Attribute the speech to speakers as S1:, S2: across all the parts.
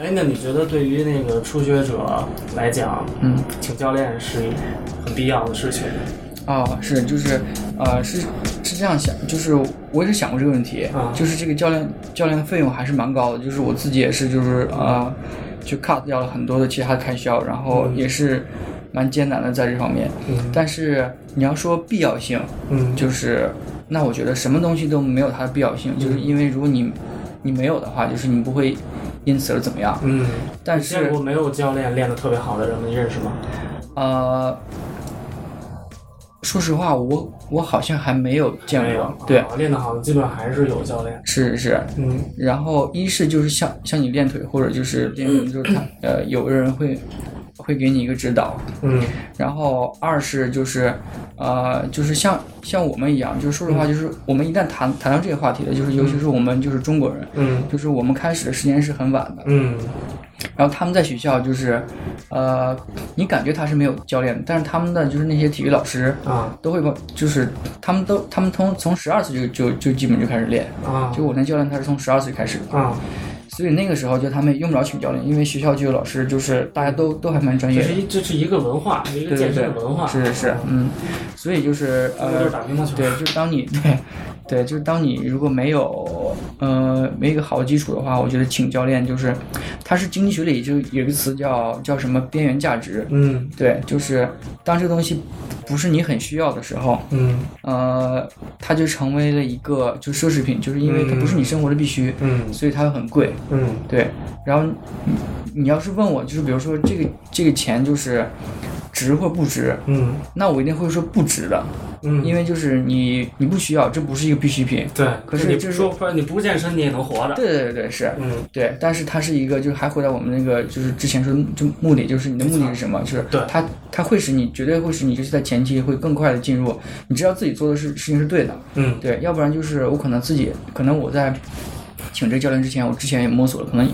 S1: 哎，那你觉得对于那个初学者来讲，
S2: 嗯，
S1: 请教练是很必要的事情？
S2: 哦，是就是，呃，是是这样想，就是我也是想过这个问题，
S1: 啊
S2: 就是这个教练教练的费用还是蛮高的，就是我自己也是就是呃，去 cut 掉了很多的其他的开销，然后也是蛮艰难的在这方面。
S1: 嗯
S2: 但是你要说必要性，
S1: 嗯，
S2: 就是那我觉得什么东西都没有它的必要性，
S1: 嗯
S2: 就是因为如果你你没有的话，就是你不会因此而怎么样。
S1: 嗯，
S2: 但
S1: 见
S2: 是
S1: 过没有教练练得特别好的人吗？你认识吗？
S2: 呃，说实话，我我好像还没有见
S1: 没有
S2: 过，，对。
S1: 啊练得好的基本上还是有教练。
S2: 是是，
S1: 嗯
S2: 然后一是就是像像你练腿或者就是练什么，就是他呃有个人会会给你一个指导，
S1: 嗯
S2: 然后二是就是呃就是像像我们一样，就是说实话，就是我们一旦谈谈到这个话题的，就是尤其是我们就是中国人，
S1: 嗯
S2: 就是我们开始的时间是很晚的，
S1: 嗯
S2: 然后他们在学校就是呃你感觉他是没有教练的，但是他们的就是那些体育老师。
S1: 啊
S2: 都会帮，就是他们都他们从从十二岁就就就基本就开始练，
S1: 啊
S2: 就我那教练他是从十二岁开始的，
S1: 啊，
S2: 所以那个时候就他们用不着请教练，因为学校就有老师，就是大家都都还蛮专业
S1: 这
S2: 的
S1: 是。一这是一个文化，一个
S2: 对对
S1: 健身
S2: 对
S1: 的文化。，
S2: 是是是，嗯，所以就是
S1: 这个就
S2: 呃
S1: 是，打乒乓球。
S2: 对，就是当你对对，就是当你如果没有呃没有一个好的基础的话，我觉得请教练就是，它是经济学里就有一个词叫叫什么边缘价值，
S1: 嗯
S2: 对，就是当这个东西不是你很需要的时候，
S1: 嗯
S2: 呃，它就成为了一个就奢侈品，就是因为它不是你生活的必须，
S1: 嗯
S2: 所以它会很贵。
S1: 嗯
S2: 对，然后你你要是问我，就是比如说这个这个钱就是值或不值，
S1: 嗯
S2: 那我一定会说不值的，
S1: 嗯，
S2: 因为就是你你不需要，这不是一个必需品。
S1: 对，
S2: 可是
S1: 你
S2: 这
S1: 不
S2: 是
S1: 说不然你不健身你也能活着。
S2: 对对对对是。
S1: 嗯，
S2: 对，但是它是一个，就是还回到我们那个，就是之前说的，就目的，就是你的目的是什么？就是
S1: 对
S2: 它，它会使你绝对会使你就是在前期会更快的进入，你知道自己做的事事情是对的，
S1: 嗯
S2: 对，要不然就是我可能自己，可能我在请这个教练之前，我之前也摸索了，可能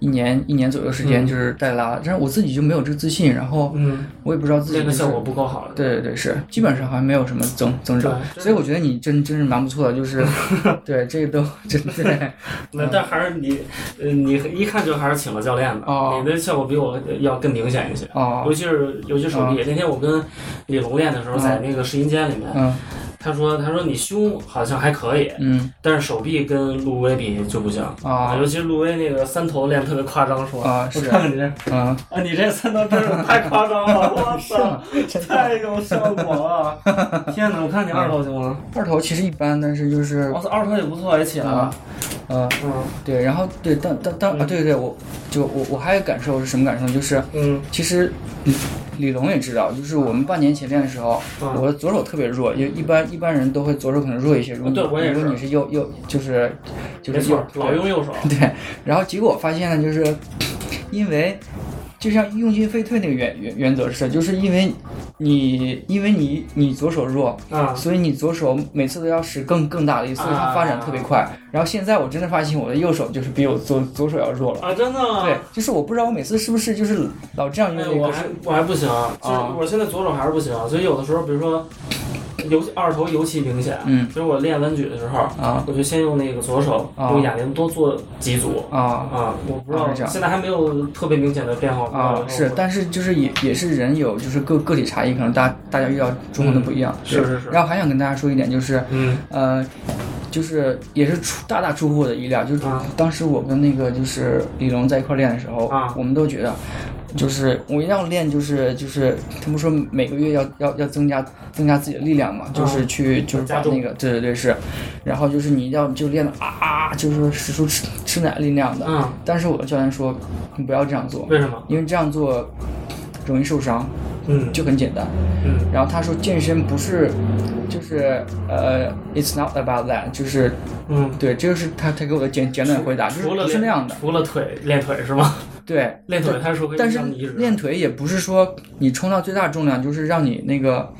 S2: 一年一年左右时间就是带拉，但是我自己就没有这个自信，然后
S1: 嗯，
S2: 我也不知道自己、
S1: 练
S2: 就
S1: 的
S2: 是
S1: 效果不够好了。
S2: 对对对，是基本上还没有什么增增长，
S1: 对
S2: 所以我觉得你真真是蛮不错的，就是 对这都真对
S1: 那但还是你，呃，你一看就还是请了教练的，
S2: 哦
S1: 你的效果比我要更明显一些。
S2: 哦
S1: 尤，其是尤其是手臂，那天我跟李龙练的时候，
S2: 嗯
S1: 在那个试音间里面，
S2: 嗯
S1: 他说他说你胸好像还可以，
S2: 嗯
S1: 但是手臂跟陆威比就不行
S2: 啊
S1: 尤其是陆威那个三头练得特别夸张，说
S2: 啊
S1: 我
S2: 是
S1: 看看你这，
S2: 啊
S1: 啊你这三头真是太夸张了， 我操，太有效果了！天哪，我看你二头行吗？
S2: 二头其实一般，但是就是
S1: 我操，二头也不错，也起来了
S2: 啊，呃
S1: 嗯
S2: 对，然后对当当当啊对对，我就我我还有感受是什么感受？就是
S1: 嗯
S2: 其实李李龙也知道，就是我们半年前练的时候，
S1: 嗯
S2: 我的左手特别弱，因为一般一般人都会左手可能弱一些。如果你
S1: 啊对我也
S2: 如果
S1: 是
S2: 你是右右，就是就
S1: 没
S2: 是
S1: 错
S2: 右，
S1: 老用右手，
S2: 对。然后结果我发现呢，就是因为就像用进废退那个原原原则是，就是因为你因为你你左手弱，
S1: 啊
S2: 所以你左手每次都要使更更大的力，所以它发展特别
S1: 啊
S2: 快。然后现在我真的发现我的右手就是比我左左手要弱了。
S1: 啊，真的吗
S2: 对，就是我不知道我每次是不是就是老这样用
S1: 哎，
S2: 这个
S1: 我
S2: 手
S1: 还我还不行，就是
S2: 啊
S1: 我现在左手还是不行，所以有的时候，比如说，尤其二头尤其明显。
S2: 嗯
S1: 所以我练弯举的时候，
S2: 啊
S1: 我就先用那个左手
S2: 啊
S1: 用哑铃多做几组
S2: 啊
S1: 啊，我不知
S2: 啊
S1: 道
S2: 是这样
S1: 现在还没有特别明显的变化
S2: 啊
S1: 哦
S2: 是，但是就是也也是人有就是个个体差异，可能大大家遇到状况都不一样。
S1: 嗯是
S2: 对
S1: 是是
S2: 然后还想跟大家说一点就是，
S1: 嗯
S2: 呃，就是也是出大大出乎我的意料，就是
S1: 啊
S2: 当时我跟那个就是李龙在一块儿练的时候，
S1: 啊
S2: 我们都觉得。就是我一定要练，就是就是他们说每个月要要要增加增加自己的力量嘛，就是去就是把
S1: 啊加重
S2: 那个对对对是，然后就是你一定要就练的啊啊，就是使出吃吃奶力那样的。
S1: 嗯，
S2: 但是我的教练说你不要这样做，
S1: 为什么？
S2: 因为这样做容易受伤，
S1: 嗯
S2: 就很简单。
S1: 嗯
S2: 然后他说健身不是，就是呃，it's not about that，就是
S1: 嗯，
S2: 对，这个是他他给我的简简短回答，就是
S1: 除了
S2: 不是那样的
S1: 练，除了腿练腿是吗？
S2: 对。
S1: 练腿他说会
S2: 但是
S1: 让你一直
S2: 练腿也不是说你冲到最大重量，就是让你那个，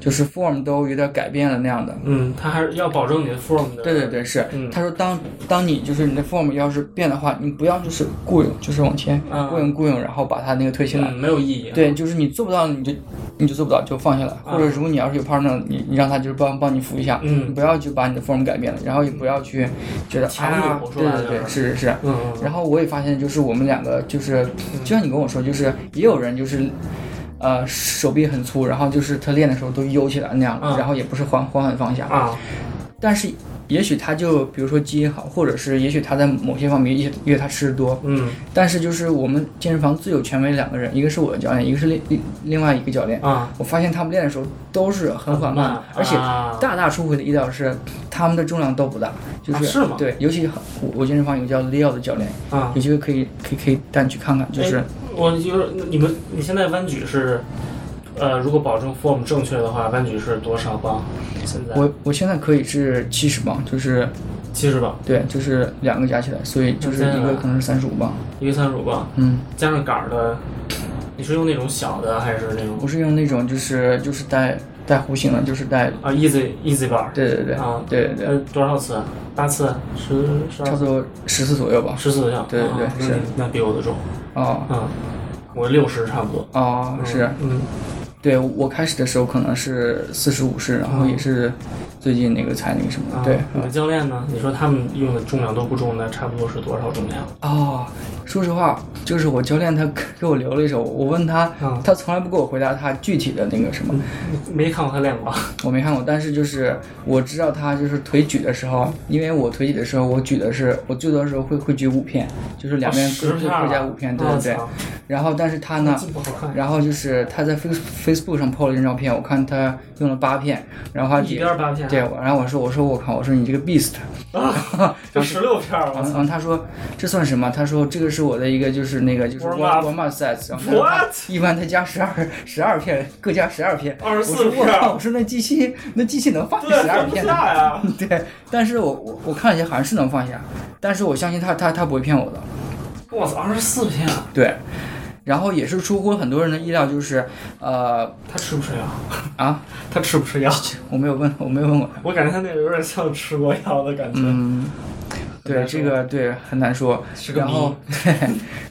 S2: 就是 form 都有点改变了那样的。
S1: 嗯，他还是要保证你的 form 的。
S2: 对对对，是。
S1: 嗯
S2: 他说当当你就是你的 form 要是变的话，你不要就是雇佣，就是往前
S1: 嗯
S2: 雇佣雇佣，然后把它那个推起来。
S1: 嗯，没有意义。，
S2: 对，就是你做不到，你就你就做不到，就放下来。或者如果你要是有 partner，你你让他就是帮帮你扶一下，
S1: 啊嗯
S2: 你不要去把你的 form 改变了，然后也不要去觉得
S1: 强扭
S2: 啊，
S1: 是
S2: 对
S1: 吧
S2: 对
S1: 就
S2: 对，
S1: 是
S2: 是是是。
S1: 嗯嗯
S2: 然后我也发现，就是我们两个就是，就像你跟我说，就是也有人就是。呃，手臂很粗，然后就是他练的时候都悠起来那样，
S1: 嗯
S2: 然后也不是缓缓缓放下，
S1: 啊，
S2: 但是也许他就比如说基因好，或者是也许他在某些方面也因为他吃的多，
S1: 嗯
S2: 但是就是我们健身房最有权威两个人，一个是我的教练，一个是另另另外一个教练。
S1: 啊，
S2: 我发现他们练的时候都是很缓慢的
S1: 啊，
S2: 而且大大出乎我的意料是，他们的重量都不大，就是、
S1: 啊是吗
S2: 对，尤其很我我健身房有个叫 Leo 的教练，
S1: 啊，
S2: 有机会可以可以可以带你去看看，就是、
S1: 哎我就是你们，你现在弯举是，呃，如果保证 form 正确的话，弯举是多少磅？现在
S2: 我我现在可以是七十磅，就是
S1: 七十磅，
S2: 对，就是两个加起来，所以就是一个可能是三十五磅，
S1: 一个三十五磅，
S2: 嗯。
S1: 加上杆儿的，你是用那种小的还是那种
S2: 不是用那种就是就是带带弧形的，就是带，
S1: 啊 easy easy 杆儿？
S2: 对对对，
S1: 啊
S2: 对对对，
S1: 呃，多少次？八次？十十二
S2: 差不
S1: 次？
S2: 多十次左右吧。
S1: 十四项？
S2: 对对对
S1: 啊那
S2: 是
S1: 你那比我的重，
S2: 哦
S1: 嗯，我六十差不多。
S2: 哦，是，
S1: 嗯，
S2: 对我开始的时候可能是四十五十，然
S1: 嗯
S2: 后也是最近那个才那个什么
S1: 啊
S2: 的，对。
S1: 你的教练呢？你说他们用的重量都不重，那差不多是多少重量？
S2: 哦，说实话，就是我教练他给给我留了一手，我问他
S1: 嗯，
S2: 他从来不给我回答他具体的那个什么，
S1: 没看过他练过。
S2: 我没看过，但是就是我知道他就是腿举的时候，因为我腿举的时候，我举的是我最多的时候会会举五片，就是两边
S1: 哦十
S2: 各各
S1: 片儿啊
S2: 各加五片，对
S1: 我
S2: 对对
S1: 操。嗯
S2: 然后但是他呢，
S1: 不好看。
S2: 然后就是他在 Face Facebook 上 po 了一张照片，我看他用了八片，然后他
S1: 一
S2: 也
S1: 边儿八片，
S2: 对，我然后我说我说我靠，我说你这个 beast，
S1: 啊，就十六片儿，我
S2: 然后
S1: 操
S2: 然后他说这算什么？他说这个是我的一个就是那个就是
S1: Warm
S2: warm
S1: up
S2: warm up size，然后他说他
S1: What？
S2: 一般他加十二十二片，各加十二片，
S1: 24
S2: 我说
S1: 片
S2: 我靠我说那机器那机器能放
S1: 对，
S2: 十二
S1: 放不
S2: 片？
S1: 下呀。
S2: 对，但是我我我看了一下，好像是能放下，但是我相信他他他不会骗我的，
S1: 我操，二十四片，
S2: 对。然后也是出乎很多人的意料，就是，呃，
S1: 他吃不吃药？
S2: 啊，
S1: 他吃不吃药？
S2: 我没有问，我没有问我，
S1: 我感觉他那个有点像吃过药的感觉。
S2: 嗯，对
S1: 难说
S2: 这个对很难说
S1: 是，个
S2: 然后 对，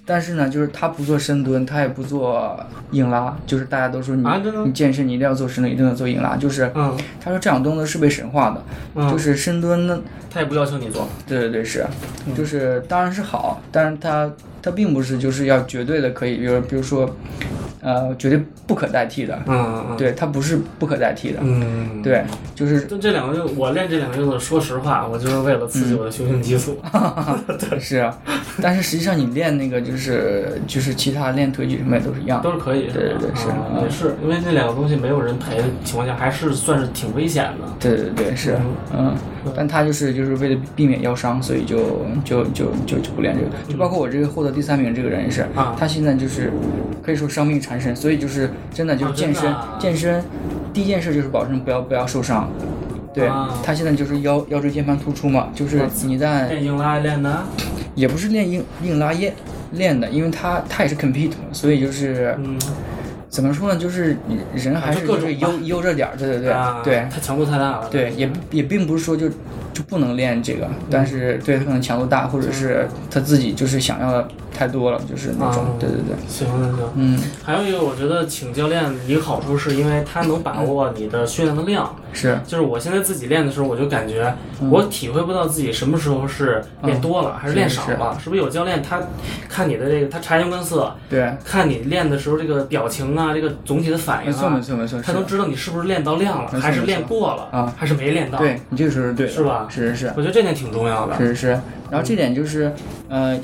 S2: 但是呢，就是他不做深蹲，他也不做硬拉，就是大家都说你、
S1: 啊真的吗
S2: 你健身你一定要做深蹲，一定要做硬拉，就是
S1: 嗯
S2: 他说这两个动作是被神化的，
S1: 嗯，
S2: 就是深蹲呢，
S1: 他也不要求你做。
S2: 对对对是，啊
S1: 嗯
S2: 就是当然是好，但是他他并不是就是要绝对的可以，比如比如说，呃，绝对不可代替的，
S1: 嗯嗯，
S2: 对，它不是不可代替的，
S1: 嗯。
S2: 对， 就是
S1: 就这两个运，我练这两个运动，说实话，我就是为了刺
S2: 嗯
S1: 激我的雄性激素。
S2: 是啊，但是实际上你练那个就是就是其他练腿举什么也都是一样的
S1: 都。是可以，
S2: 啊对对对是
S1: 啊
S2: 嗯
S1: 也是，因为这两个东西没有人陪的情况下，还是算是挺危险的。
S2: 对对对，是，嗯，但他就是就是为了避免腰伤，所以就就就就就不练这个。就包括我这个获得第三名这个人也是
S1: 嗯啊，
S2: 他现在就是可以说伤病缠身，所以就是真的就是
S1: 啊
S2: 健
S1: 真的
S2: 身
S1: 啊
S2: 健身第一件事就是保证不要不要受伤。对
S1: 啊
S2: 他现在就是腰腰椎间盘突出嘛，就是你在
S1: 练硬拉练的，
S2: 也不是练硬硬拉练练的，因为他他也是 compete 嘛，所以就是
S1: 嗯，
S2: 怎么说呢？就是人还是
S1: 就各
S2: 就是
S1: 种吧
S2: 悠悠着点儿，对对对、
S1: 啊
S2: 对
S1: 他强度太大了。
S2: 对，也不也并不是说就就不能练这个，
S1: 嗯
S2: 但是对他可能强度大，或者是他自己就是想要的太多了，就是那种，
S1: 啊
S2: 对对对，
S1: 行行行。
S2: 嗯，
S1: 还有一个，我觉得请教练一个好处是因为他能把握你的训练的量。
S2: 是
S1: 就是我现在自己练的时候，我就感觉
S2: 嗯
S1: 我体会不到自己什么时候是练多了还是练少了。是不是有教练他看你的这个，他察言观色，
S2: 对，
S1: 看你练的时候这个表情啊，这个总体的反
S2: 没
S1: 应
S2: 错没
S1: 啊，
S2: 错没错，
S1: 他
S2: 是
S1: 能知道你是不是练到量
S2: 没错
S1: 了，还是练过了
S2: 啊，
S1: 还是没练到，
S2: 对你这个说是对的，
S1: 是吧？
S2: 是是是
S1: 我觉得这点挺重要的。
S2: 是是是，然后这点就是，呃，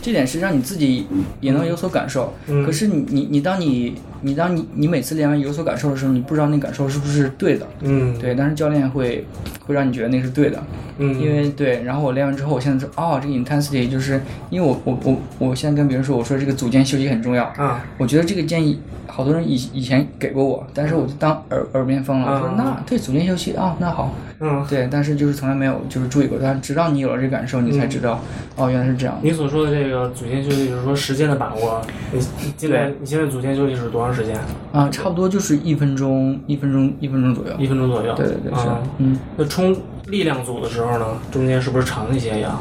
S2: 这点是让你自己也能有所感受，
S1: 嗯
S2: 可是你你你当你你当你你每次练完有所感受的时候，你不知道那感受是不是对的，
S1: 嗯，
S2: 对，但是教练会会让你觉得那是对的，
S1: 嗯，
S2: 因为对，然后我练完之后，我现在说哦，这个 intensity 就是因为我我我我现在跟别人说，我说这个组间休息很重要，
S1: 啊，
S2: 我觉得这个建议好多人以以前给过我，但是我就当耳耳边风了，我说
S1: 嗯
S2: 那对组间休息啊、那好，
S1: 嗯，
S2: 对，但是就是从来没有就是注意过，但是直到你有了这感受，
S1: 嗯
S2: 你才知道、哦原来是这样，
S1: 你所说的这个组间休息，就是说时间的把握。你你现在你现在组间休息是多长长时间？
S2: 啊，差不多就是一分钟，一分钟，一分钟左右。
S1: 一分钟左右。
S2: 对对对，是
S1: 啊，
S2: 嗯。
S1: 那冲力量组的时候呢，中间是不是长一些呀？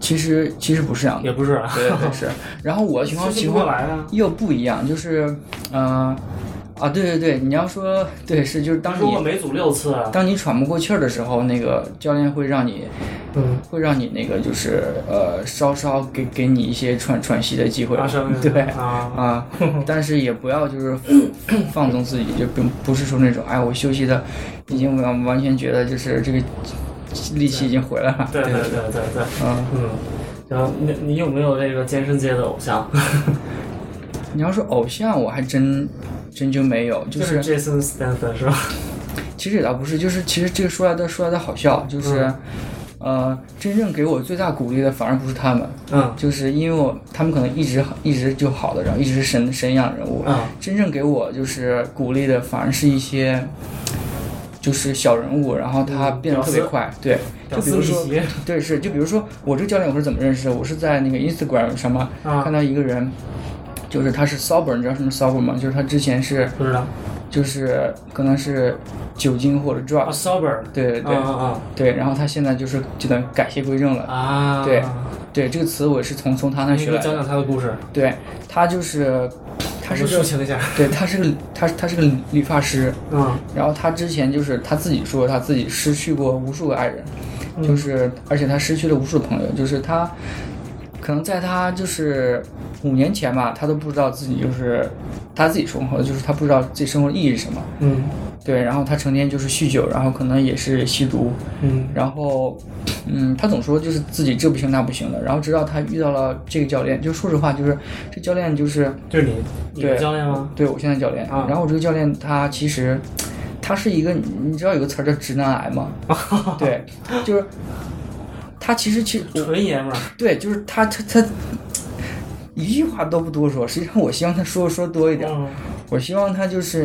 S2: 其实其实不是这样的，
S1: 也不是啊，
S2: 对对对 是。然后我的情况
S1: 休息
S2: 情
S1: 不过
S2: 况
S1: 来啊。
S2: 又不一样，就是，呃，啊，对对对，你要说对是就是当
S1: 如果
S2: 你
S1: 每组六次，啊
S2: 当你喘不过气儿的时候，那个教练会让你
S1: 嗯，
S2: 会让你那个就是呃稍稍给给你一些喘喘息的机会
S1: 发，生
S2: 对
S1: 啊，
S2: 啊，但是也不要就是 放纵自己，就并不是说那种哎我休息的已经完完全觉得就是这个力气已经回来了，
S1: 对对
S2: 对
S1: 对对对，
S2: 嗯，
S1: 嗯。然后你你有没有这个健身界的偶像？
S2: 你要说偶像，我还真真就没有， 就
S1: 就是是 Jason Statham 是吧？
S2: 其实也倒不是，就是其实这个说来的说来的好笑，就是。
S1: 嗯
S2: 呃，真正给我最大鼓励的反而不是他们，
S1: 嗯
S2: 就是因为我他们可能一直一直就好的人，一直是神神一样的人物。
S1: 嗯
S2: 真正给我就是鼓励的，反而是一些就是小人物，然后他
S1: 嗯
S2: 变得
S1: 屌
S2: 特别
S1: 丝
S2: 快，对，
S1: 屌
S2: 就比
S1: 丝
S2: 如
S1: 逆
S2: 说，
S1: 袭
S2: 对，是就比如说我这个教练我是怎么认识的？我是在那个 Instagram 上嘛，
S1: 啊
S2: 看，到一个人，就是他是 sober，你知道什么 sober 吗？就是他之前是
S1: 不知道
S2: 就是可能是酒精或者
S1: 啊
S2: drugs，
S1: ，Sober，
S2: 对对对、
S1: 啊
S2: 对，然后他现在就是就等于改邪归
S1: 啊
S2: 正了。
S1: 啊，
S2: 对对，这个词我是从从他那
S1: 你
S2: 学
S1: 给我
S2: 来
S1: 讲
S2: 的。
S1: 讲他的故事，
S2: 对他就是他是
S1: 我抒
S2: 个
S1: 情一下，
S2: 对他是个他他是个理发师，
S1: 嗯
S2: 然后他之前就是他自己说他自己失去过无数个爱人，
S1: 嗯
S2: 就是而且他失去了无数的朋友，就是他可能在他就是五年前吧，他都不知道自己就是他自己生活，就是他不知道自己生活的意义是什么。
S1: 嗯
S2: 对，然后他成天就是酗酒，然后可能也是吸毒，
S1: 嗯
S2: 然后，嗯，他总说就是自己这不行那不行的，然后直到他遇到了这个教练，就说实话，就是这教练就是
S1: 就是你你的
S2: 对
S1: 教练 吗？
S2: 对我现在教练，
S1: 啊
S2: 然后我这个教练他其实他是一个，你知道有个词儿叫直男癌吗？
S1: 啊
S2: 对，就是他其实其实我
S1: 纯爷们儿，
S2: 对，就是他他他一句话都不多说，实际上我希望他说说多一点，
S1: 嗯
S2: 我希望他就是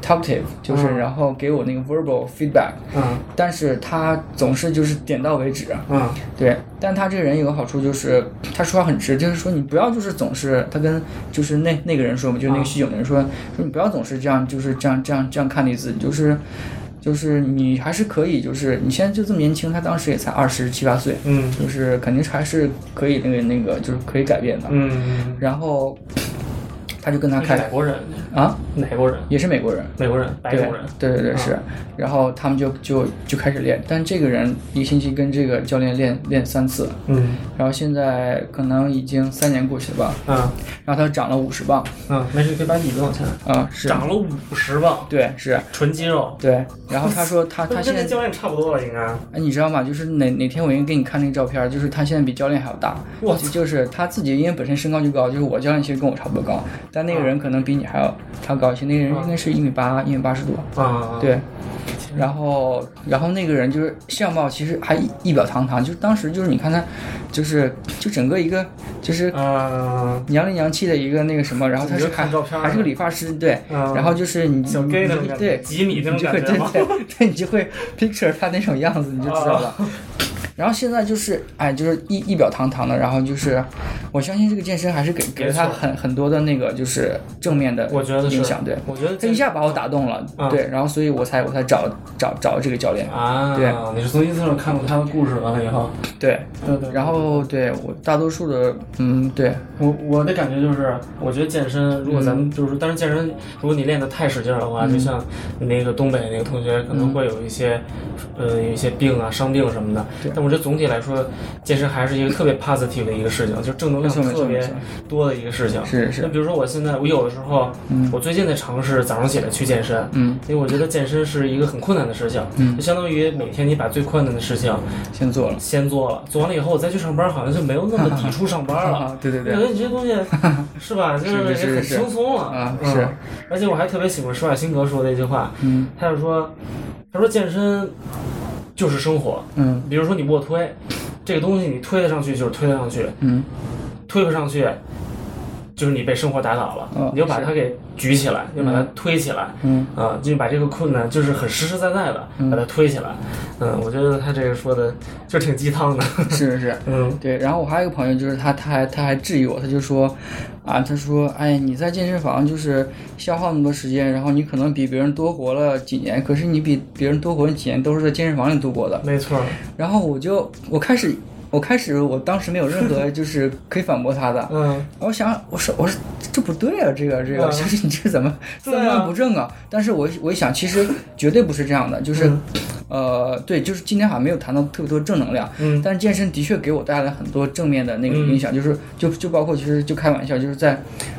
S2: talkative，就是
S1: 嗯
S2: 然后给我那个 verbal feedback，
S1: 嗯
S2: 但是他总是就是点到为止。啊
S1: 嗯
S2: 对，但他这个人有个好处就是他说话很直，就是说你不要就是总是他跟就是那那个人说嘛，就是那个酗酒的人
S1: 嗯
S2: 说，说你不要总是这样就是这样这样这样看你自己，就是就是你还是可以，就是你现在就这么年轻，他当时也才二十七八岁，
S1: 嗯
S2: 就是肯定是还是可以那个那个就是可以改变的。
S1: 嗯，
S2: 然后他就跟他
S1: 他是
S2: 开
S1: 哪国人？
S2: 啊，
S1: 哪国人？
S2: 也是美国人，
S1: 美国人，白
S2: 对
S1: 种人。
S2: 对对对，
S1: 啊
S2: 是。然后他们就就就开始练，但这个人一星期跟这个教练练练三次。
S1: 嗯
S2: 然后现在可能已经三年过去了吧，
S1: 嗯
S2: 然后他长了五十磅，
S1: 嗯，没事，可以把椅子往前。
S2: 啊、是，
S1: 长了五十磅，
S2: 对，是，
S1: 纯肌肉。
S2: 对，然后他说 他他
S1: 那跟
S2: 现
S1: 那
S2: 在，
S1: 教练差不多了，应该。
S2: 哎，你知道吗？就是哪哪天我应该给你看那个照片，就是他现在比教练还要大，
S1: 我
S2: 就就是他自己因为本身身高就高，就是我教练其实跟我差不多高，但那个人可能比你还要他高一些，那个人应该是一米八，一米八十多，
S1: 啊，
S2: 对。然后，然后那个人就是相貌，其实还仪表堂堂，就是当时就是你看他，就是就整个一个就是
S1: 啊，
S2: 娘里娘气的一个那个什么，然后他
S1: 你
S2: 是
S1: 就
S2: 还
S1: 看照片儿
S2: 还是个理发师，对，
S1: 嗯
S2: 然后就是你
S1: 小 gay 那种
S2: 你
S1: 感觉，
S2: 对，
S1: 吉米那种
S2: 你就会
S1: 感
S2: 对
S1: 觉吗？
S2: 对对，你就会 picture 他那种样子，你就知道了。
S1: 啊
S2: 然后现在就是，哎，就是一仪表堂堂的，然后就是，我相信这个健身还是给给了他
S1: 没错
S2: 很很多的那个就是正面的
S1: 我觉得是
S2: 影响，对，
S1: 我觉得
S2: 他
S1: 这
S2: 一下把我打动了，
S1: 嗯
S2: 对，然后所以我才我才找找找这个教练，
S1: 啊，
S2: 对，
S1: 你是从 ins 上看过他的故事完了以后，
S2: 对，
S1: 对对
S2: 然后对我大多数的，嗯，对，
S1: 我我的感觉就是，我觉得健身，如果咱
S2: 嗯
S1: 们就是，但是健身，如果你练得太使劲儿的话，就像你那个东北那个同学，可
S2: 嗯
S1: 能会有一些，呃，有一些病啊、伤病什么的
S2: 对。
S1: 但我觉得总体来说，健身还是一个特别 positive 的一个事情，就正能
S2: 没
S1: 量
S2: 错没错
S1: 特
S2: 没
S1: 别
S2: 错，
S1: 多的一个事情。
S2: 是
S1: 那
S2: 是，
S1: 比如说我现在，我有的时候，
S2: 嗯
S1: 我最近在尝试早上起来去健身，
S2: 嗯，
S1: 因为我觉得健身是一个很困难的事情，
S2: 嗯
S1: 就相当于每天你把最困难的事情
S2: 先做了，
S1: 先做了，做完了以后我再去上班，好像就没有那么抵触上班 了。
S2: 啊，对对
S1: 我感
S2: 对，
S1: 觉你这 东西是吧，就是是
S2: 是
S1: 也很
S2: 是
S1: 轻松了
S2: 啊
S1: 嗯
S2: 是
S1: 而且我还特别喜欢施瓦辛格说的一句话，
S2: 嗯
S1: 他就说，他说健身就是生活，
S2: 嗯
S1: 比如说你卧推，这个东西你推得上去就是推得上去，
S2: 嗯
S1: 推不上去就是你被生活打倒了，
S2: 嗯
S1: 你就把它给举起来，你就把它推起来，
S2: 嗯
S1: 啊，就把这个困难就是很实实在在的把它推起来。嗯，我觉得他这个说的就挺鸡汤的。
S2: 是是，
S1: 嗯，
S2: 对。然后我还有一个朋友，就是他，他还他还质疑我，他就说，啊，他说，哎，你在健身房就是消耗那么多时间，然后你可能比别人多活了几年，可是你比别人多活几年都是在健身房里度过的。
S1: 没错，
S2: 然后我就我开始。我开始，我当时没有任 何就是可以反驳他的，
S1: 嗯，
S2: 然后我想，我说我说这不对啊，这个这个，
S1: 嗯
S2: 小姐你这怎么
S1: 对啊
S2: 三观不正啊？但是我我一想，其实绝对不是这样的，就是，
S1: 嗯
S2: 呃，对，就是今天好像没有谈到特别多正能量，
S1: 嗯，
S2: 但是健身的确给我带来了很多正面的那个影响，就是就就包括其实就开玩笑，就是在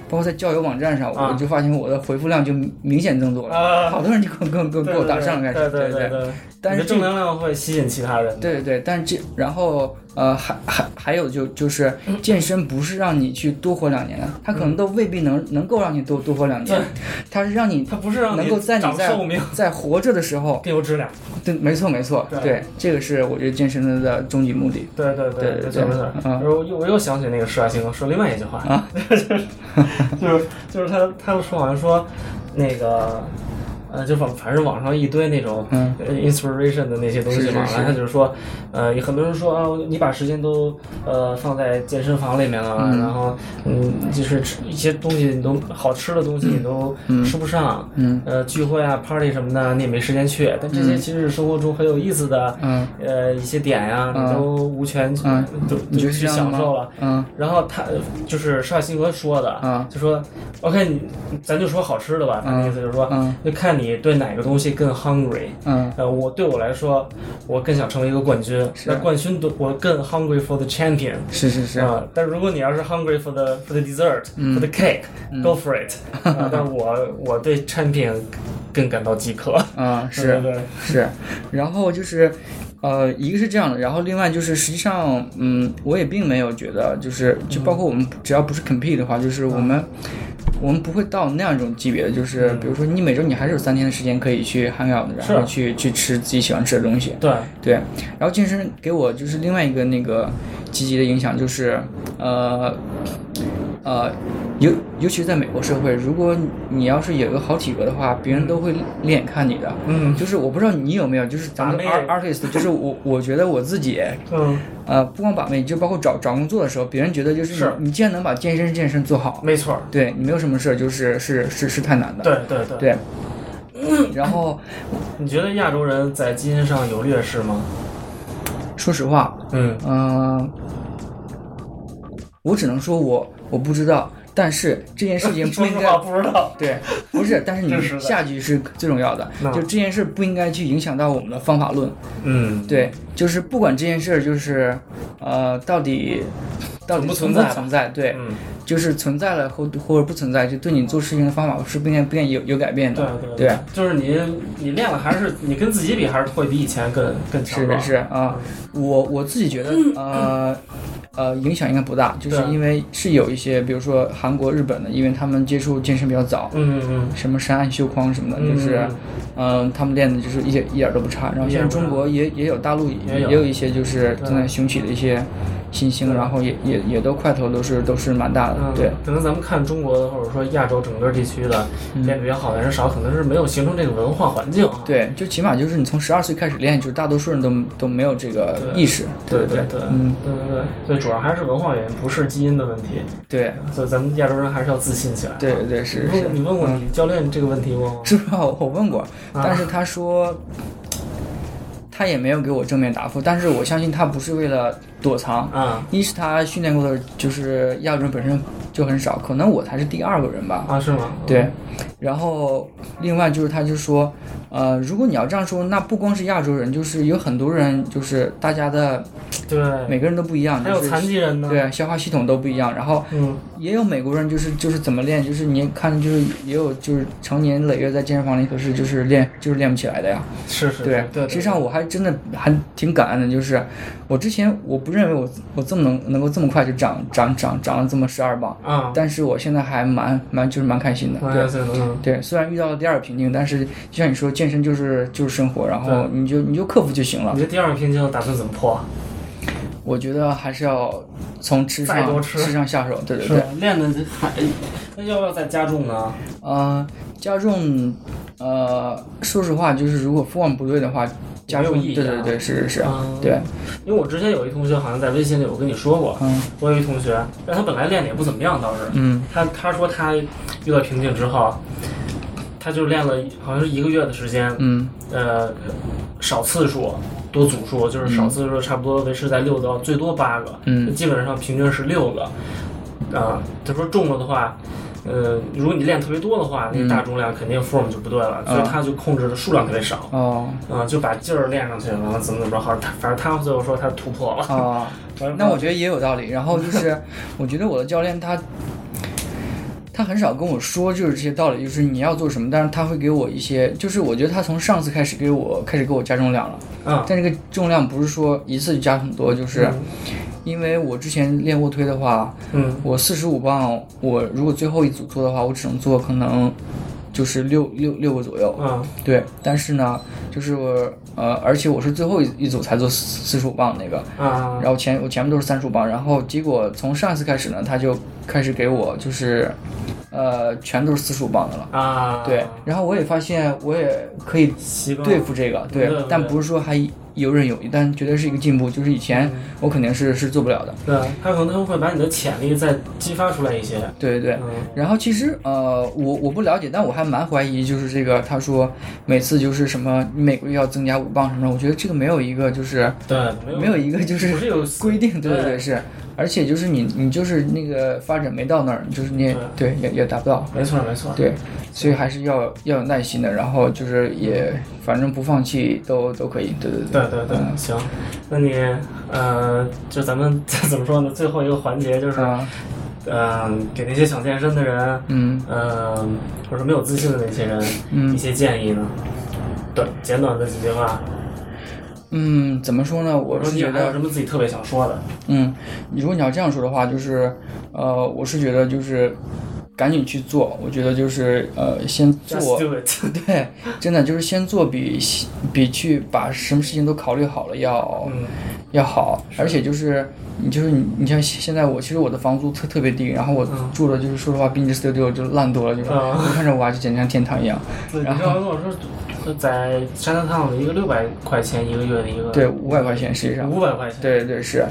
S2: 包括在交友网站上，
S1: 啊
S2: 我就发现我的回复量就明显增多了，
S1: 啊
S2: 好多人就跟跟跟跟我搭上了，
S1: 对
S2: 开始
S1: 对
S2: 对，
S1: 对，
S2: 但
S1: 你
S2: 是
S1: 的
S2: 这
S1: 正能量会吸引其他人的。
S2: 对对对，但这然后呃还还还有就就是
S1: 嗯
S2: 健身不是让你去多活两年，它可能都未必能能够让你多多活两年
S1: 对，
S2: 它是让你
S1: 它不是让
S2: 能
S1: 你
S2: 够在你
S1: 长
S2: 在
S1: 寿命，
S2: 在活着的时候，
S1: 更有质量。
S2: 对，没错没错，
S1: 对
S2: 对，这个是我觉得健身的终极目的。
S1: 对对
S2: 对对
S1: 没错
S2: 对
S1: 没错。
S2: 嗯
S1: 然后我又我又想起那个施瓦辛格说另外一句话，
S2: 啊
S1: 就是就是他他们说好像说那个。呃，就反反正网上一堆那种
S2: 嗯
S1: 呃 inspiration 的那些东西嘛，
S2: 是是是
S1: 然后他就是说，呃，有很多人说啊，你把时间都呃放在健身房里面了，
S2: 嗯
S1: 然后嗯，就是吃一些东西你都好吃的东西你都吃不上，
S2: 嗯
S1: 呃，聚会啊、party 什么的你也没时间去，但这些其实是生活中很有意思的，
S2: 嗯，
S1: 呃一些点呀、
S2: 嗯
S1: 你都无权去、
S2: 嗯
S1: 都
S2: 你觉
S1: 都
S2: 得是
S1: 去
S2: 这样
S1: 享
S2: 的
S1: 受
S2: 吗
S1: 了？。
S2: 嗯
S1: 然后他就是施瓦辛格说的，
S2: 嗯
S1: 就说 OK，你咱就说好吃的吧，他那意思就是说，
S2: 嗯
S1: 就看你对哪个东西更 hungry。
S2: 嗯
S1: 呃，我对我来说，我更想成为一个冠军。
S2: 是
S1: 那冠军对我更 hungry for the champion。
S2: 是是是，
S1: 啊，但如果你要是 hungry for the for the dessert、for
S2: 嗯
S1: the cake、go for it 啊、 但我我对 champion 更感到饥渴。
S2: 嗯 是。
S1: 对对对
S2: 是，然后就是，呃，一个是这样的，然后另外就是，实际上，嗯，我也并没有觉得，就是就包括我们
S1: 嗯
S2: 只要不是 compete 的话，就是我们、我们不会到那样一种级别的，就是比如说你每周你还是有三天的时间可以去 hang out，然后
S1: 嗯是
S2: 去去吃自己喜欢吃的东西，
S1: 对，
S2: 对，然后健身给我就是另外一个那个积极的影响，就是呃呃，尤尤其是在美国社会，如果你要是有一个好体格的话，别人都会另眼看你的。
S1: 嗯
S2: 就是我不知道你有没有，就是咱们
S1: 把妹
S2: art artist，就是我我觉得我自己，
S1: 嗯，
S2: 呃，不光把妹，就包括找找工作的时候，别人觉得就是你
S1: 是
S2: 你既然能把健身健身做好，
S1: 没错儿。
S2: 对你没有什么事儿，就是是是是太难的。
S1: 对对对。
S2: 对。然后
S1: 你觉得亚洲人在基因上有劣势吗？
S2: 说实话，
S1: 嗯
S2: 嗯，我只能说我我不知道，但是这件事情不
S1: 说
S2: 应
S1: 实
S2: 该
S1: 话不知道。
S2: 对，不是，但是
S1: 真实
S2: 你
S1: 的
S2: 下句是最重要的，
S1: 那
S2: 就这件事不应该去影响到我们的方法论。
S1: 嗯，
S2: 对，就是不管这件事儿就是呃到底到
S1: 存
S2: 底
S1: 不存
S2: 不
S1: 在吧
S2: 存在，对，
S1: 嗯，
S2: 就是存在了或或者不存在，就对你做事情的方法是不应该不应该有有改变
S1: 对
S2: 的。
S1: 对
S2: 对，
S1: 就是你你练了还是你跟自己比还是会比以前更更强
S2: 是
S1: 壮。
S2: 是是啊、
S1: 嗯
S2: 我我自己觉得呃呃影响应该不大，就是
S1: 对
S2: 因为是有一些，比如说韩国、日本的，因为他们接触健身比较早，
S1: 嗯嗯
S2: 什么山岸秀匡什么的，
S1: 嗯，
S2: 就是嗯、他们练的就是一点一点都不差。然后
S1: 一
S2: 现
S1: 点不
S2: 在
S1: 差
S2: 中国也也有大陆
S1: 也有
S2: 也有一些就是正在兴起的一些新星，
S1: 对
S2: 然后也也也都块头都是都是蛮大的，
S1: 嗯，
S2: 啊对，
S1: 可能咱们看中国的或者说亚洲整个地区的
S2: 嗯
S1: 练得比较好的人少，可能是没有形成这个文化环境啊。
S2: 对，就起码就是你从十二岁开始练，就是大多数人都都没有这个
S1: 对
S2: 意识，
S1: 对
S2: 对
S1: 对对，
S2: 嗯，
S1: 对对对，所以主要还是文化原因，不是基因的问题。
S2: 对
S1: 所以咱们亚洲人还是要自信起来。
S2: 对对
S1: 你
S2: 是是嗯
S1: 问。你问过你教练这个问题吗？
S2: 是吧？我问
S1: 啊
S2: 过，但是他说。他也没有给我正面答复，但是我相信他不是为了躲藏，
S1: 啊
S2: 一是他训练过的就是亚洲人本身就很少，可能我才是第二个人吧。
S1: 啊是吗？
S2: 对，然后另外就是他就说，呃，如果你要这样说，那不光是亚洲人，就是有很多人，就是大家的
S1: 对，
S2: 每个人都不一样，
S1: 还有
S2: 就是
S1: 残疾人呢。
S2: 对消化系统都不一样，然后
S1: 嗯，
S2: 也有美国人，就是就是怎么练，就是你看，就是也有就是成年累月在健身房里，可是就是练就是练不起来的呀。
S1: 是是，
S2: 对
S1: 对，对，
S2: 实际上我还真的还挺感恩的，就是我之前我不认为我我这么能能够这么快就长长长长了这么十二磅，
S1: 啊，
S2: 但是我现在还蛮蛮就是蛮开心的。
S1: 我
S2: 对
S1: 也觉得嗯
S2: 对，虽然遇到了第二个瓶颈，但是就像你说，健身就是就是生活，然后你就你就克服就行了
S1: 你。这第二个瓶颈打算怎么破？
S2: 我觉得还是要从吃
S1: 再
S2: 上
S1: 多吃
S2: 上下手，对对
S1: 是
S2: 对，
S1: 练的还那要不要再加重呢？
S2: 呃，加重，呃，说实话，就是如果 form 不对的话，加重，
S1: 没有意义
S2: 对对
S1: 啊
S2: 对，是是是，
S1: 嗯
S2: 对，
S1: 因为我之前有一同学好像在微信里我跟你说过，
S2: 嗯
S1: 我有一同学，但他本来练的也不怎么样，倒是
S2: 嗯
S1: 他他说他遇到瓶颈之后，他就练了好像是一个月的时间，
S2: 嗯
S1: 呃，少次数多组数，就是少次数差不多维持在六到最多八个，
S2: 嗯
S1: 基本上平均是六个。啊、他说重了的话，呃，如果你练特别多的话，那个大重量肯定 form 就不对了，所以他就控制的数量特别少，啊、
S2: 哦
S1: 就把劲儿练上去了，然后怎么怎么着，好，他反正他最后说他突破了。
S2: 哦，那我觉得也有道理。然后就是， 我觉得我的教练他。他很少跟我说就是这些道理，就是你要做什么，但是他会给我一些，就是我觉得他从上次开始给我开始给我加重量了，
S1: 嗯
S2: 但这个重量不是说一次就加很多，就是因为我之前练卧推的话，
S1: 嗯
S2: 我四十五磅，我如果最后一组做的话，我只能做可能就是六六六个左右，
S1: 嗯
S2: 对。但是呢，就是我呃，而且我是最后一一组才做四四十五磅那个，
S1: 啊
S2: 然后前我前面都是三十五磅，然后结果从上一次开始呢，他就开始给我就是呃全都是四十五磅的了，
S1: 啊，
S2: 对。然后我也发现我也可以
S1: 习惯
S2: 对付这个，对
S1: 对对，
S2: 但不是说还游刃有余，但绝对是一个进步，就是以
S1: 嗯
S2: 前我肯定是是做不了的，
S1: 对，他可能会把你的潜力再激发出来一些。
S2: 对对对。
S1: 嗯
S2: 然后其实呃，我我不了解，但我还蛮怀疑，就是这个他说每次就是什么你每个月要增加五磅什么的，我觉得这个没有一个就是
S1: 对，
S2: 没有一个就是
S1: 不是有
S2: 规定，对对
S1: 对
S2: 对是，而且就是你你就是那个发展没到那儿，就是你也对也也达不到，
S1: 没错没错，
S2: 对，所以还是要要有耐心的，然后就是也反正不放弃都都可以，对对
S1: 对对对，
S2: 嗯
S1: 行，那你呃，就咱们 怎么说呢？最后一个环节就是，嗯、
S2: 啊
S1: 给那些想健身的人，
S2: 嗯
S1: 嗯、或者没有自信的那些人，
S2: 嗯
S1: 一些建议呢？短简短的几句话，
S2: 嗯，怎么说呢？
S1: 或
S2: 我
S1: 者
S2: 是
S1: 你
S2: 觉
S1: 还有
S2: 得
S1: 什么自己特别想说的？
S2: 嗯，如果你要这样说的话，就是，呃，我是觉得就是，赶紧去做。我觉得就是，呃，先
S1: Just
S2: 做，
S1: do it。
S2: 对， 真的就是先做比比去把什么事情都考虑好了要、
S1: 嗯
S2: 要好。而且就是你就是你，你像现在我其实我的房租特特别低，然后我
S1: 嗯
S2: 住的就是说实话比你的 studio 就烂多了，就是、
S1: 嗯
S2: 我看着哇就简直像天堂一样。
S1: 对，你刚才跟我说，在沙滩烫的一个六百块钱一个月的一个，
S2: 对，五百块钱实际上，
S1: 嗯五百块钱，
S2: 对对是，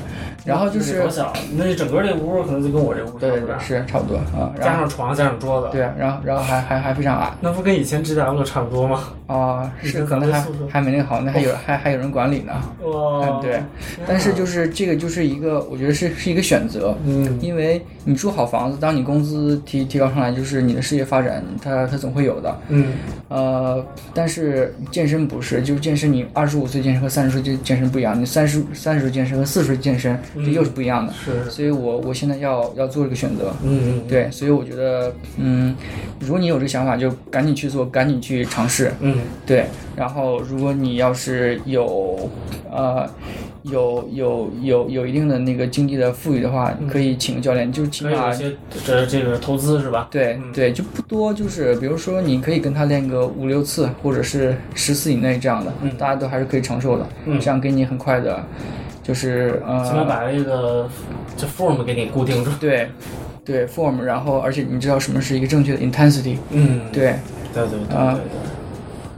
S2: 然后
S1: 那
S2: 就
S1: 得
S2: 是
S1: 多小，啊那整个这屋可能就跟我这屋差
S2: 对
S1: 不多
S2: 对
S1: 大，
S2: 是差不多啊，然
S1: 加
S2: 后
S1: 上床，加上桌子，
S2: 对啊，然后然后还还还非常矮。
S1: 那不跟以前 G W 差不多吗？
S2: 啊，
S1: 以
S2: 是
S1: 前
S2: 可
S1: 咱
S2: 能
S1: 们
S2: 还
S1: 宿舍哦
S2: 还没那个好，那还有还还有人管理呢。
S1: 哇
S2: 嗯，对，但是就是这个就是一个，我觉得是是一个选择，
S1: 嗯，
S2: 因为你住好房子，当你工资提提高上来，就是你的事业发展，它它总会有的。
S1: 嗯，
S2: 呃，但是健身不是，就是健身，你二十五岁健身和三十岁健健身不一样，你三十三十岁健身和四十岁健身这又是不一样的。
S1: 嗯是，
S2: 所以我我现在要要做这个选择。
S1: 嗯嗯
S2: 对，所以我觉得，嗯，如果你有这个想法，就赶紧去做，赶紧去尝试。
S1: 嗯
S2: 对，然后如果你要是有，呃，有有有有一定的那个经济的富裕的话，可以请个教练，就起
S1: 可以有
S2: 码
S1: 一些这这个投资是吧？
S2: 对对就不多，就是比如说你可以跟他练个五六次，或者是十次以内这样的，大家都还是可以承受的，这样给你很快的，就是
S1: 起码
S2: 呃，
S1: 把这个这 form 给你固定住。
S2: 对对 form，然后而且你知道什么是一个正确的 intensity，
S1: 嗯，
S2: 对，
S1: 对对对对
S2: 啊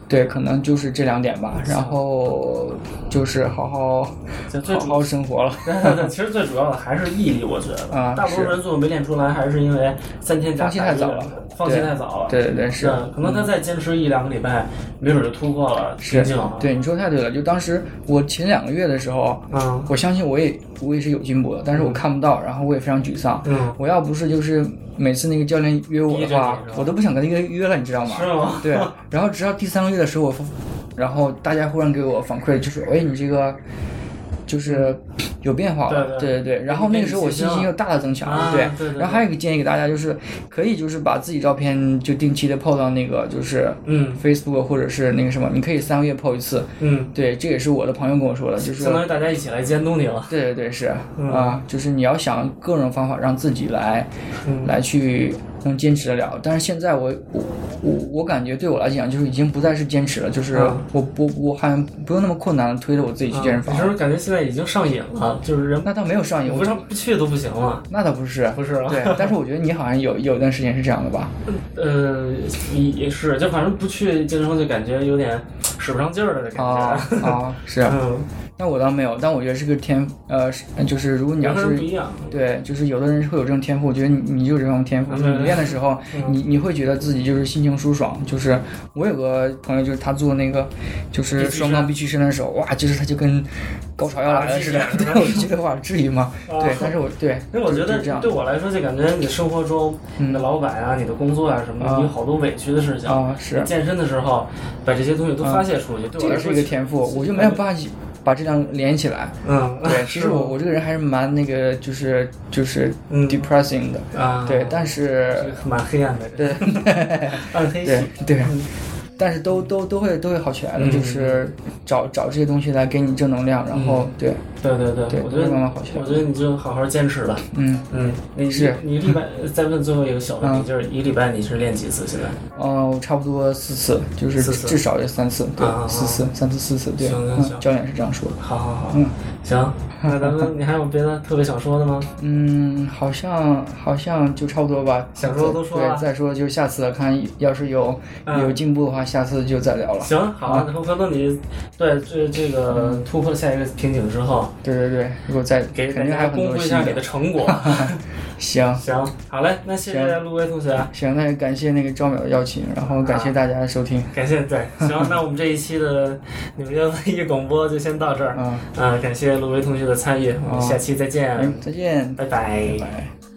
S1: 对，
S2: 对，可能就是这两点吧，然后就是好好
S1: 就最
S2: 好
S1: 主
S2: 好生活了。
S1: 对对，其实最主要的还是毅力，我觉得，
S2: 啊
S1: 大部分人最后没练出来，还是因为三天假
S2: 放弃太早了
S1: 放弃
S2: 对
S1: 太早了，
S2: 对对对，是嗯
S1: 是，可能他再坚持一两个礼拜，没准就突破了瓶
S2: 是
S1: 颈了，，
S2: 对你说太对了。就当时我前两个月的时候，
S1: 嗯
S2: 我相信我也我也是有进步的，但是我看不到，然后我也非常沮丧。
S1: 嗯，
S2: 我要不是就是每次那个教练约我的
S1: 逼着你
S2: 话
S1: 是吧，
S2: 我都不想跟他约约了，你知道吗？
S1: 是吗？
S2: 对，然后直到第三个月的时候，我发，然后大家忽然给我反馈，就是哎，你这个就是有变化了，
S1: 对
S2: 对对。然后那个时候我信心又大大增强
S1: 啊
S2: 了，
S1: 对对对
S2: 然后还有一个建议给大家，就是可以就是把自己照片就定期的 PO 到那个就是
S1: 嗯
S2: Facebook 或者是那个什么，你可以三个月 PO 一次。
S1: 嗯，
S2: 对，这也是我的朋友跟我说的，就是
S1: 相当于大家一起来监督你了，
S2: 对
S1: 嗯嗯
S2: 对对，是啊、就是你要想各种方法让自己来，来去能坚持得了。但是现在我我我我感觉对我来讲，就是已经不再是坚持了，就是
S1: 嗯
S2: 我不我好像不用那么困难地推着我自己去健身
S1: 你是
S2: 房。
S1: 不是感觉现在已经上瘾了？就是人
S2: 那倒没有上瘾，
S1: 不
S2: 我
S1: 上不去都不行了，
S2: 那倒不是，
S1: 不是啊？
S2: 对。但是我觉得你好像有有一段时间是这样的吧？
S1: 呃，也也是，就反正不去健身房就感觉有点使不上劲儿了的感
S2: 啊
S1: 觉。
S2: 啊，是。
S1: 嗯，
S2: 那我倒没有，但我觉得是个天，呃，是就是如果你要
S1: 两个人
S2: 是
S1: 不一样。
S2: 对，就是有的人会有这种天赋，我觉得你你就有这种天赋。
S1: 嗯
S2: 就是你练的时候，
S1: 嗯
S2: 你你会觉得自己就是心情舒爽。就是我有个朋友，就是他做那个就是
S1: 必须
S2: 双杠臂屈伸的时候，哇，就是他就跟高潮要来了似的
S1: 打了。鸡血
S2: 对，我就觉得哇，至于吗？
S1: 啊
S2: 对，但是我对，
S1: 因为我觉
S2: 就
S1: 得
S2: 就这样嗯
S1: 对我来说，就感觉你生活中你的老板啊、你的工作啊什么的，
S2: 啊
S1: 你有好多委屈的事情。
S2: 啊是啊
S1: 你健身的时候，把这些东西都发泄出去，对
S2: 这
S1: 我来
S2: 个
S1: 说
S2: 是一个天赋，我就没有办法把这两连 起来。
S1: 嗯，
S2: 对，其实我我这个人还是蛮那个，就是就是
S1: 嗯
S2: depressing 的。
S1: 啊，
S2: 对，但
S1: 这
S2: 是
S1: 个蛮黑暗的，
S2: 对
S1: 暗黑系
S2: 对对，但是都都都会都会好起来的，
S1: 嗯嗯
S2: 就是找找这些东西来给你正能量，然后对，
S1: 对对对，
S2: 对
S1: 我觉得
S2: 慢慢好起来
S1: 我觉得你就好好坚持吧。
S2: 嗯，
S1: 嗯，你
S2: 是
S1: 你礼拜再问最后一个小问题，
S2: 嗯
S1: 就是一礼拜你是练几次？现在
S2: 哦，差不多四次，就是
S1: 四次
S2: 至少有三次，对
S1: 啊啊啊，
S2: 四次，三次四次，对，
S1: 行行行
S2: 嗯，教练是这样说的，
S1: 好好好，
S2: 嗯
S1: 行，那咱们你还有别的特别想说的吗？
S2: 嗯，好像好像就差不多吧，
S1: 想说的都说了
S2: 对，再说就下次了看要是有
S1: 嗯
S2: 有进步的话，下次就再聊了，
S1: 行，好，
S2: 啊
S1: 然后回头你对这这个
S2: 嗯
S1: 突破下一个瓶颈之后，
S2: 对对对，如果再
S1: 给
S2: 肯
S1: 大
S2: 定还
S1: 家
S2: 有很
S1: 公
S2: 多
S1: 布一
S2: 新
S1: 下你的
S2: 的，
S1: 成 果。
S2: 行。
S1: 行，好嘞，那谢谢陆威同学，啊
S2: 行，那感谢那个赵淼的邀请，然后感谢大家的收听，
S1: 感谢 对，行，那我们这一期的纽约文艺广播就先到这儿，呃
S2: 啊，
S1: 啊，感谢陆威同学的参与，我们
S2: 啊
S1: 下期再见，
S2: 嗯，再见，
S1: 拜拜
S2: 拜拜。